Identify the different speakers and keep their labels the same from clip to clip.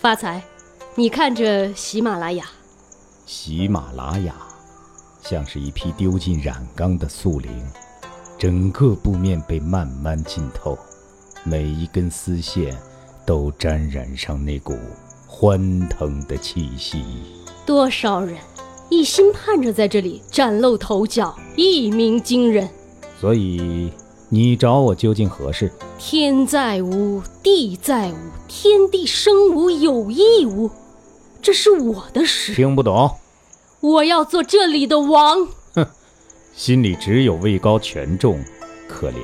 Speaker 1: 发财，你看这喜马拉雅，
Speaker 2: 喜马拉雅像是一匹丢进染缸的素绫，整个布面被慢慢浸透，每一根丝线都沾染上那股欢腾的气息。
Speaker 1: 多少人一心盼着在这里崭露头角，一鸣惊人。
Speaker 2: 所以，你找我究竟何事？
Speaker 1: 天在无，地在无，天地生无有亦无，这是我的事，
Speaker 2: 听不懂，
Speaker 1: 我要做这里的王。
Speaker 2: 心里只有位高权重，可怜。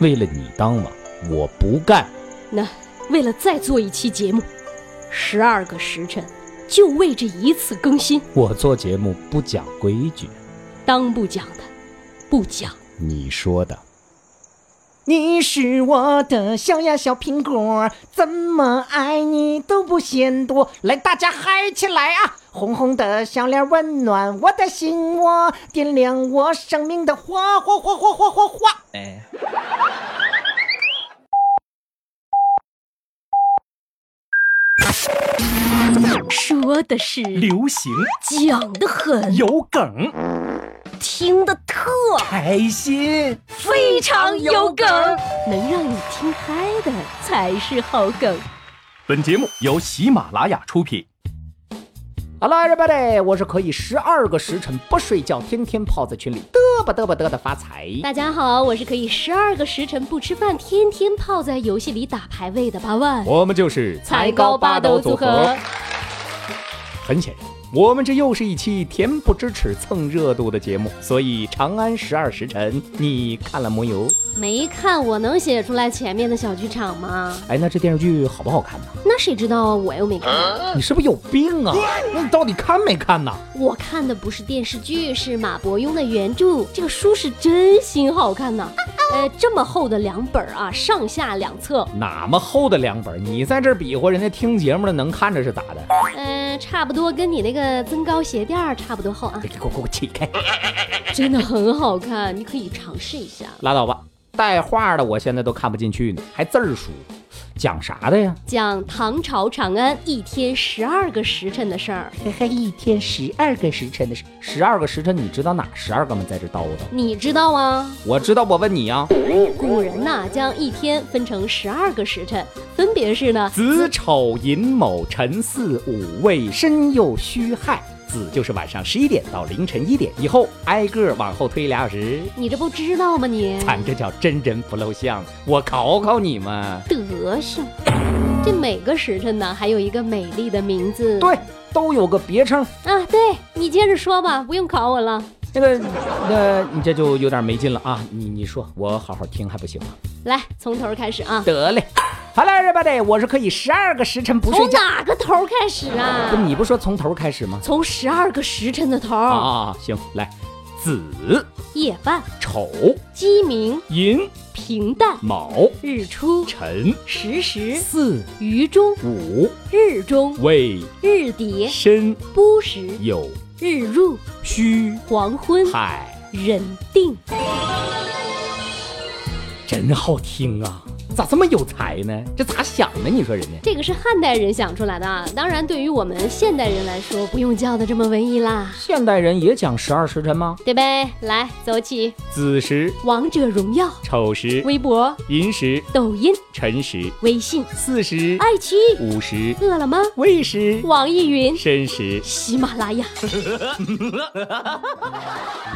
Speaker 2: 为了你当王，我不干。
Speaker 1: 那为了再做一期节目，十二个时辰就为这一次更新，
Speaker 2: 我做节目不讲规矩，
Speaker 1: 当不讲的不讲。
Speaker 2: 你说的。
Speaker 3: 你是我的小呀小苹果，怎么爱你都不嫌多。来，大家嗨起来啊！红红的小脸温暖我的心窝，点亮我生命的花花花花花花花。
Speaker 1: 说的是，
Speaker 4: 流行
Speaker 1: 讲的很，
Speaker 4: 有梗，
Speaker 1: 听的特
Speaker 4: 开心。
Speaker 1: 非常有梗，能让你听嗨的才是好梗。
Speaker 4: 本节目由喜马拉雅出品。
Speaker 3: Hello everybody，我是可以十二个时辰不睡觉，天天泡在群里嘚吧嘚吧嘚的发财。
Speaker 1: 大家好，我是可以十二个时辰不吃饭，天天泡在游戏里打排位的八万，
Speaker 2: 我们就是
Speaker 1: 才高八斗组合。
Speaker 2: 很显然，
Speaker 3: 我们这又是一期恬不知耻蹭热度的节目，所以《长安十二时辰》你看了没有？
Speaker 1: 没看我能写出来前面的小剧场吗？
Speaker 3: 哎，那这电视剧好不好看呢？
Speaker 1: 那谁知道啊？我又没看。
Speaker 3: 你是不是有病啊？那你到底看没看呢？
Speaker 1: 我看的不是电视剧，是马伯庸的原著。这个书是真心好看呐、呃，这么厚的两本儿啊，上下两册，
Speaker 3: 哪么厚的两本？你在这儿比划，人家听节目的能看着是咋的？
Speaker 1: 呃，差不多跟你那个增高鞋垫儿差不多厚啊，
Speaker 3: 给我给我起开！
Speaker 1: 真的很好看，你可以尝试一下。
Speaker 3: 拉倒吧，带画的我现在都看不进去呢，还字儿书，讲啥的呀？
Speaker 1: 讲唐朝长安一天十二个时辰的事儿，
Speaker 3: 嘿嘿，一天十二个时辰的事，十二个时辰，你知道哪十二个吗？在这叨叨，
Speaker 1: 你知道吗？
Speaker 3: 我知道，我问你啊，
Speaker 1: 古人呐、将一天分成十二个时辰，分别是呢
Speaker 3: 子丑寅卯辰巳午未申酉戌亥。子就是晚上十一点到凌晨一点以后，挨个往后推俩小时。
Speaker 1: 你这不知道吗你？
Speaker 3: 咱这叫真人不露相，我考考你们。
Speaker 1: 德行。这每个时辰呢，还有一个美丽的名字。
Speaker 3: 对，都有个别称。
Speaker 1: 啊，对你接着说吧，不用考我了。
Speaker 3: 那个，那你这就有点没劲了啊！你你说，我好好听还不行吗？
Speaker 1: 来，从头开始啊，
Speaker 3: 得嘞，Hello everybody，我是可以十二个时辰不睡
Speaker 1: 从
Speaker 3: 觉。
Speaker 1: 哪个头开始
Speaker 3: 不，
Speaker 1: 啊？
Speaker 3: 你不说从头开始吗？
Speaker 1: 从十二个时辰的头，
Speaker 3: 啊，行，来，子
Speaker 1: 夜半、
Speaker 3: 丑
Speaker 1: 鸡鸣、
Speaker 3: 寅
Speaker 1: 平淡、
Speaker 3: 卯
Speaker 1: 日出、
Speaker 3: 辰
Speaker 1: 时时、
Speaker 3: 巳
Speaker 1: 鱼中、
Speaker 3: 午
Speaker 1: 日中、
Speaker 3: 未
Speaker 1: 日底、
Speaker 3: 申
Speaker 1: 不时、
Speaker 3: 酉
Speaker 1: 日入、
Speaker 3: 戌
Speaker 1: 黄昏、
Speaker 3: 亥，
Speaker 1: 人定。
Speaker 3: 真好听啊！咋这么有才呢？这咋想的？你说人家
Speaker 1: 这个是汉代人想出来的，啊，当然对于我们现代人来说，不用叫的这么文艺啦，
Speaker 3: 现代人也讲十二时辰吗？
Speaker 1: 对呗？来，走起，
Speaker 3: 子时、
Speaker 1: 《王者荣耀》、
Speaker 3: 丑时、
Speaker 1: 微博、
Speaker 3: 寅时、
Speaker 1: 抖音、
Speaker 3: 辰时、
Speaker 1: 微信、
Speaker 3: 巳时、
Speaker 1: 爱奇艺、
Speaker 3: 午时、
Speaker 1: 饿了么、
Speaker 3: 未时、
Speaker 1: 网易云、
Speaker 3: 申时。
Speaker 1: 喜马拉雅。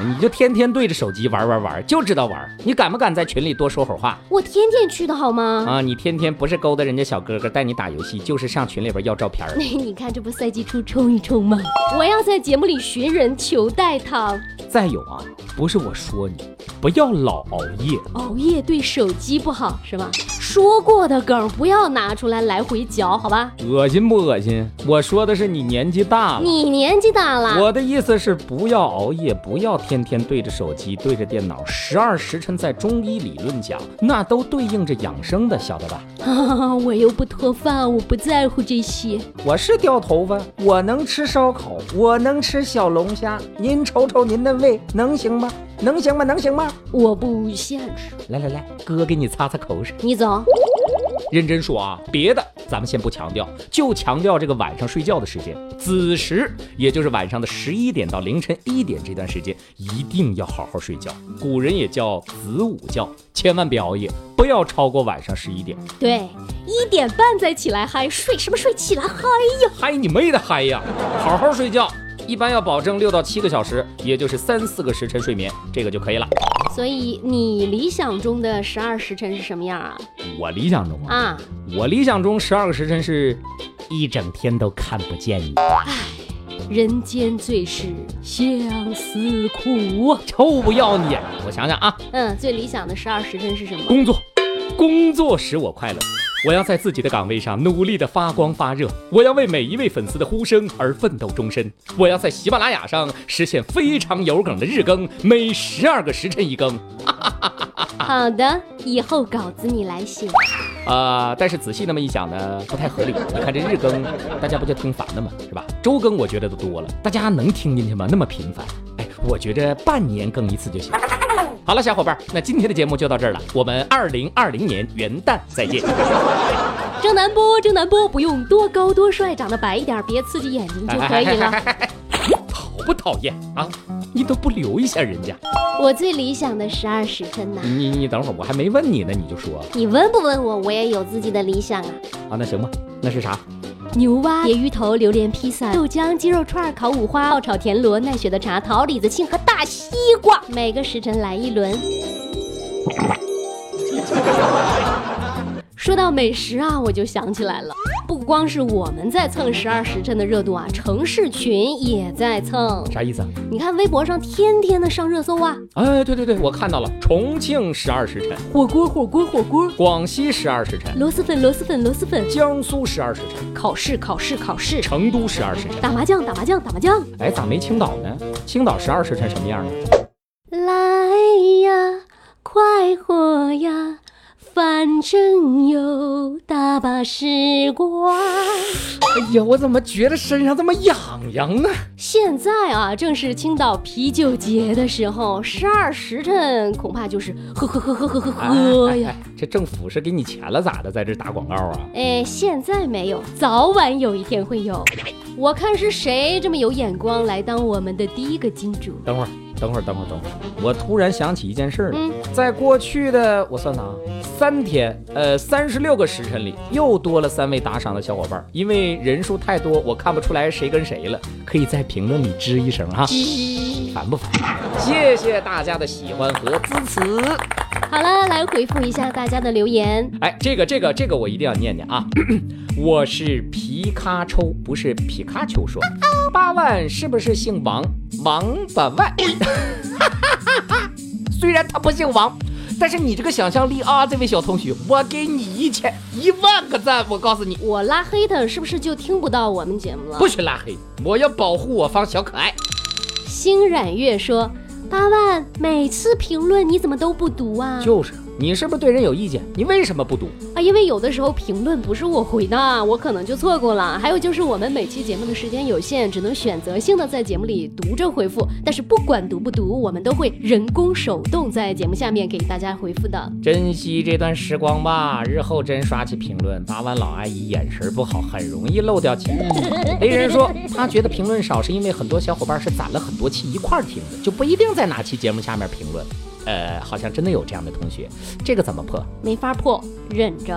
Speaker 3: 你就天天对着手机玩玩玩，就知道玩。你敢不敢在群里多说会儿话
Speaker 1: 我天天去的好吗？
Speaker 3: 啊？你天天不是勾搭人家小哥哥带你打游戏，就是上群里边要照片儿。
Speaker 1: 那 你看，这不赛季初冲一冲吗？我要在节目里寻人求代糖，
Speaker 3: 再有啊，不是我说你，不要老熬夜。
Speaker 1: 哦熬夜对手机不好是吧？说过的梗不要拿出来来回嚼，好吧？
Speaker 3: 恶心不恶心？我说的是你年纪大了。
Speaker 1: 你啊年纪大了，
Speaker 3: 我的意思是，不要熬夜，不要天天对着手机、对着电脑。十二时辰在中医理论讲，那都对应着养生的，晓得吧？
Speaker 1: 啊， 我又不脱发，我不在乎这些。
Speaker 3: 我是掉头发，我能吃烧烤，我能吃小龙虾。您瞅瞅您的胃，能行吗？能行吗？能行吗？
Speaker 1: 我不限制。
Speaker 3: 来来来，哥给你擦擦口水。
Speaker 1: 你走，
Speaker 3: 认真说啊，别的咱们先不强调，就强调这个晚上睡觉的时间，子时，也就是晚上的十一点到凌晨一点这段时间，一定要好好睡觉。古人也叫子午觉，千万别熬夜，不要超过晚上十一点。
Speaker 1: 对，一点半再起来嗨，睡什么睡？起来嗨！
Speaker 3: 嗨你妹的嗨呀！好好睡觉，一般要保证六到七个小时，也就是三四个时辰睡眠，这个就可以了。
Speaker 1: 所以你理想中的十二时辰是什么样啊？
Speaker 3: 我理想中啊，
Speaker 1: 啊，
Speaker 3: 我理想中十二个时辰是，一整天都看不见你，
Speaker 1: 人间最是相思苦啊。
Speaker 3: 臭不要脸！我想想啊，
Speaker 1: 嗯，最理想的十二时辰是什么？
Speaker 3: 工作，工作使我快乐。我要在自己的岗位上努力的发光发热，我要为每一位粉丝的呼声而奋斗终身。我要在喜马拉雅上实现非常有梗的日更，每十二个时辰一更。
Speaker 1: 好的，以后稿子你来写。
Speaker 3: 啊，但是仔细那么一想呢，不太合理。你看这日更，大家不就听烦了吗？是吧？周更我觉得都多了，大家能听进去吗？那么频繁，哎，我觉着半年更一次就行。好了，小伙伴儿，那今天的节目就到这儿了，我们二零二零年元旦再见。
Speaker 1: 郑南波，郑南波，不用多高多帅，长得白一点，别刺激眼睛就可以 了。
Speaker 3: 讨不讨厌啊？你都不留一下人家，
Speaker 1: 我最理想的十二时辰呐、
Speaker 3: 你你等会儿，我还没问你呢，你就说
Speaker 1: 你问不问我，我也有自己的理想啊。
Speaker 3: 啊？那行吧，那是啥？
Speaker 1: 牛蛙、野鱼头、榴莲披萨、豆浆、鸡肉串、烤五花、爆炒田螺、奈雪的茶、桃李子沁和大西瓜，每个时辰来一轮。 说到美食啊，我就想起来了，不光是我们在蹭十二时辰的热度啊，城市群也在蹭。
Speaker 3: 啥意思啊？
Speaker 1: 你看微博上天天的上热搜啊，
Speaker 3: 哎，对对对，我看到了，重庆十二时辰，
Speaker 1: 火锅火锅火锅，
Speaker 3: 广西十二时辰，
Speaker 1: 螺蛳粉螺蛳粉螺蛳粉，
Speaker 3: 江苏十二时辰。
Speaker 1: 考试考试考试，
Speaker 3: 成都十二时辰。
Speaker 1: 打麻将打麻将打麻将。
Speaker 3: 哎，咋没青岛呢？青岛十二时辰什么样啊呢？
Speaker 1: 来呀，快活呀，反正有大把时光。
Speaker 3: 哎呀，我怎么觉得身上这么痒痒呢？
Speaker 1: 现在啊，正是青岛啤酒节的时候，十二时辰恐怕就是喝喝喝喝喝喝喝哎呀。
Speaker 3: 哎这政府是给你钱了咋的，在这打广告啊？
Speaker 1: 哎，现在没有，早晚有一天会有。我看是谁这么有眼光来当我们的第一个金主。
Speaker 3: 等会儿，等会儿，等会儿，等会儿，我突然想起一件事儿来，
Speaker 1: 嗯
Speaker 3: 在过去的我算算啊，三天，呃，三十六个时辰里，又多了三位打赏的小伙伴儿，因为人数太多，我看不出来谁跟谁了，可以在评论里吱一声哈，烦不烦？谢谢大家的喜欢和支持。
Speaker 1: 好了，来回复一下大家的留言。
Speaker 3: 哎，这个这个这个我一定要念念啊！ 我是皮卡丘，不是皮卡丘说，八万是不是姓王？王八万， 虽然他不姓王，但是你这个想象力啊，这位小同学，我给你一千一万个赞，我告诉你，
Speaker 1: 我拉黑他是不是就听不到我们节目了？
Speaker 3: 不许拉黑，我要保护我方小可爱。
Speaker 1: 星冉月说：“八万，每次评论你怎么都不读啊？
Speaker 3: 就是你是不是对人有意见？你为什么不读？
Speaker 1: 啊，因为有的时候评论不是我回的，我可能就错过了。还有就是我们每期节目的时间有限，只能选择性的在节目里读着回复。但是不管读不读，我们都会人工手动在节目下面给大家回复的。
Speaker 3: 珍惜这段时光吧，日后真刷起评论，八万老阿姨眼神不好，很容易漏掉钱。雷人说，他觉得评论少是因为很多小伙伴是攒了很多期一块儿听的，就不一定在哪期节目下面评论。呃，好像真的有这样的同学，这个怎么破？
Speaker 1: 没法破，忍着。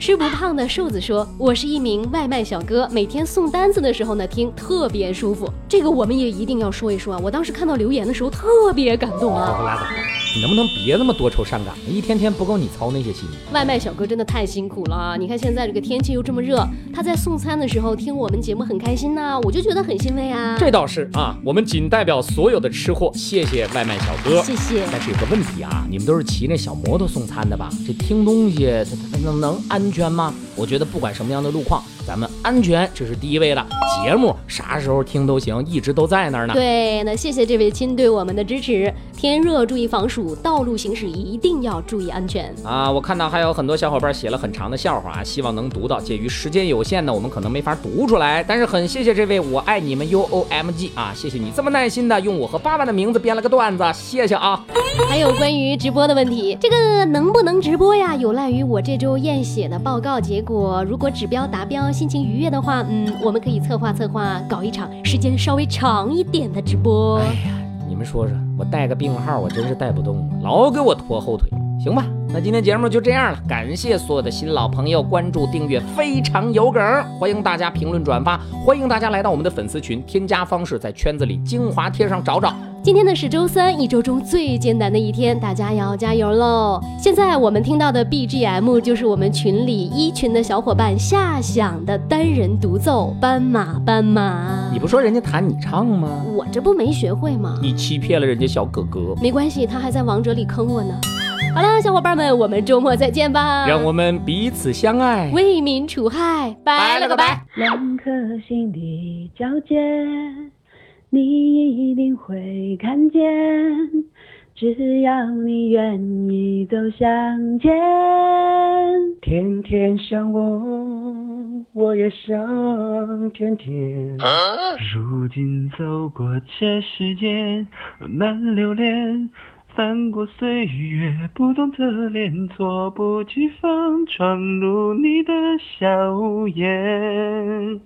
Speaker 1: 吃不胖的瘦子说：“我是一名外卖小哥，每天送单子的时候呢，听特别舒服。这个我们也一定要说一说啊！我当时看到留言的时候特别感动
Speaker 3: 我
Speaker 1: 啊！
Speaker 3: 说拉倒吧，你能不能别那么多愁善感？一天天不够你操那些心。
Speaker 1: 外卖小哥真的太辛苦了啊，你看现在这个天气又这么热，他在送餐的时候听我们节目很开心呐、我就觉得很欣慰啊。
Speaker 3: 这倒是啊，我们仅代表所有的吃货，谢谢外卖小哥。
Speaker 1: 谢谢。
Speaker 3: 但是有个问题啊，你们都是骑那小摩托送餐的吧？这听东西，它它它能能安全吗？我觉得不管什么样的路况，咱们安全这是第一位的。节目啥时候听都行，一直都在那儿呢。
Speaker 1: 对，那谢谢这位亲对我们的支持。天热注意防暑，道路行驶一定要注意安全。
Speaker 3: 啊，我看到还有很多小伙伴写了很长的笑话啊，希望能读到。鉴于时间有限呢，我们可能没法读出来，但是很谢谢这位我爱你们 U O M G 啊，谢谢你这么耐心的用我和爸爸的名字编了个段子，谢谢啊。
Speaker 1: 还有关于直播的问题，这个能不能直播呀，有赖于我这周验血的报告结果。如果指标达标，心情愉悦的话，嗯，我们可以策划策划，搞一场时间稍微长一点的直播。
Speaker 3: 你们说说，我带个病号，我真是带不动了，老给我拖后腿。行吧，那今天节目就这样了，感谢所有的新老朋友关注、订阅，非常有梗，欢迎大家评论转发，欢迎大家来到我们的粉丝群，添加方式在圈子里精华贴上找找。
Speaker 1: 今天呢是周三，一周中最艰难的一天，大家要加油喽！现在我们听到的 BGM 就是我们群里一群的小伙伴夏想的单人独奏《斑马斑马
Speaker 3: 你》。不说人家弹你唱吗？
Speaker 1: 我这不没学会吗？
Speaker 3: 你欺骗了人家小哥哥。
Speaker 1: 没关系，他还在王者里坑我呢。好啦，小伙伴们，我们周末再见吧。
Speaker 3: 让我们彼此相爱。
Speaker 1: 为民除害，拜了个拜。
Speaker 5: 两颗心的交界，你一定会看见。只要你愿意走向前，
Speaker 6: 天天想我，我也想天天。如今走过这世间，难留恋。翻过岁月，不懂侧脸，猝不及防闯入你的笑颜。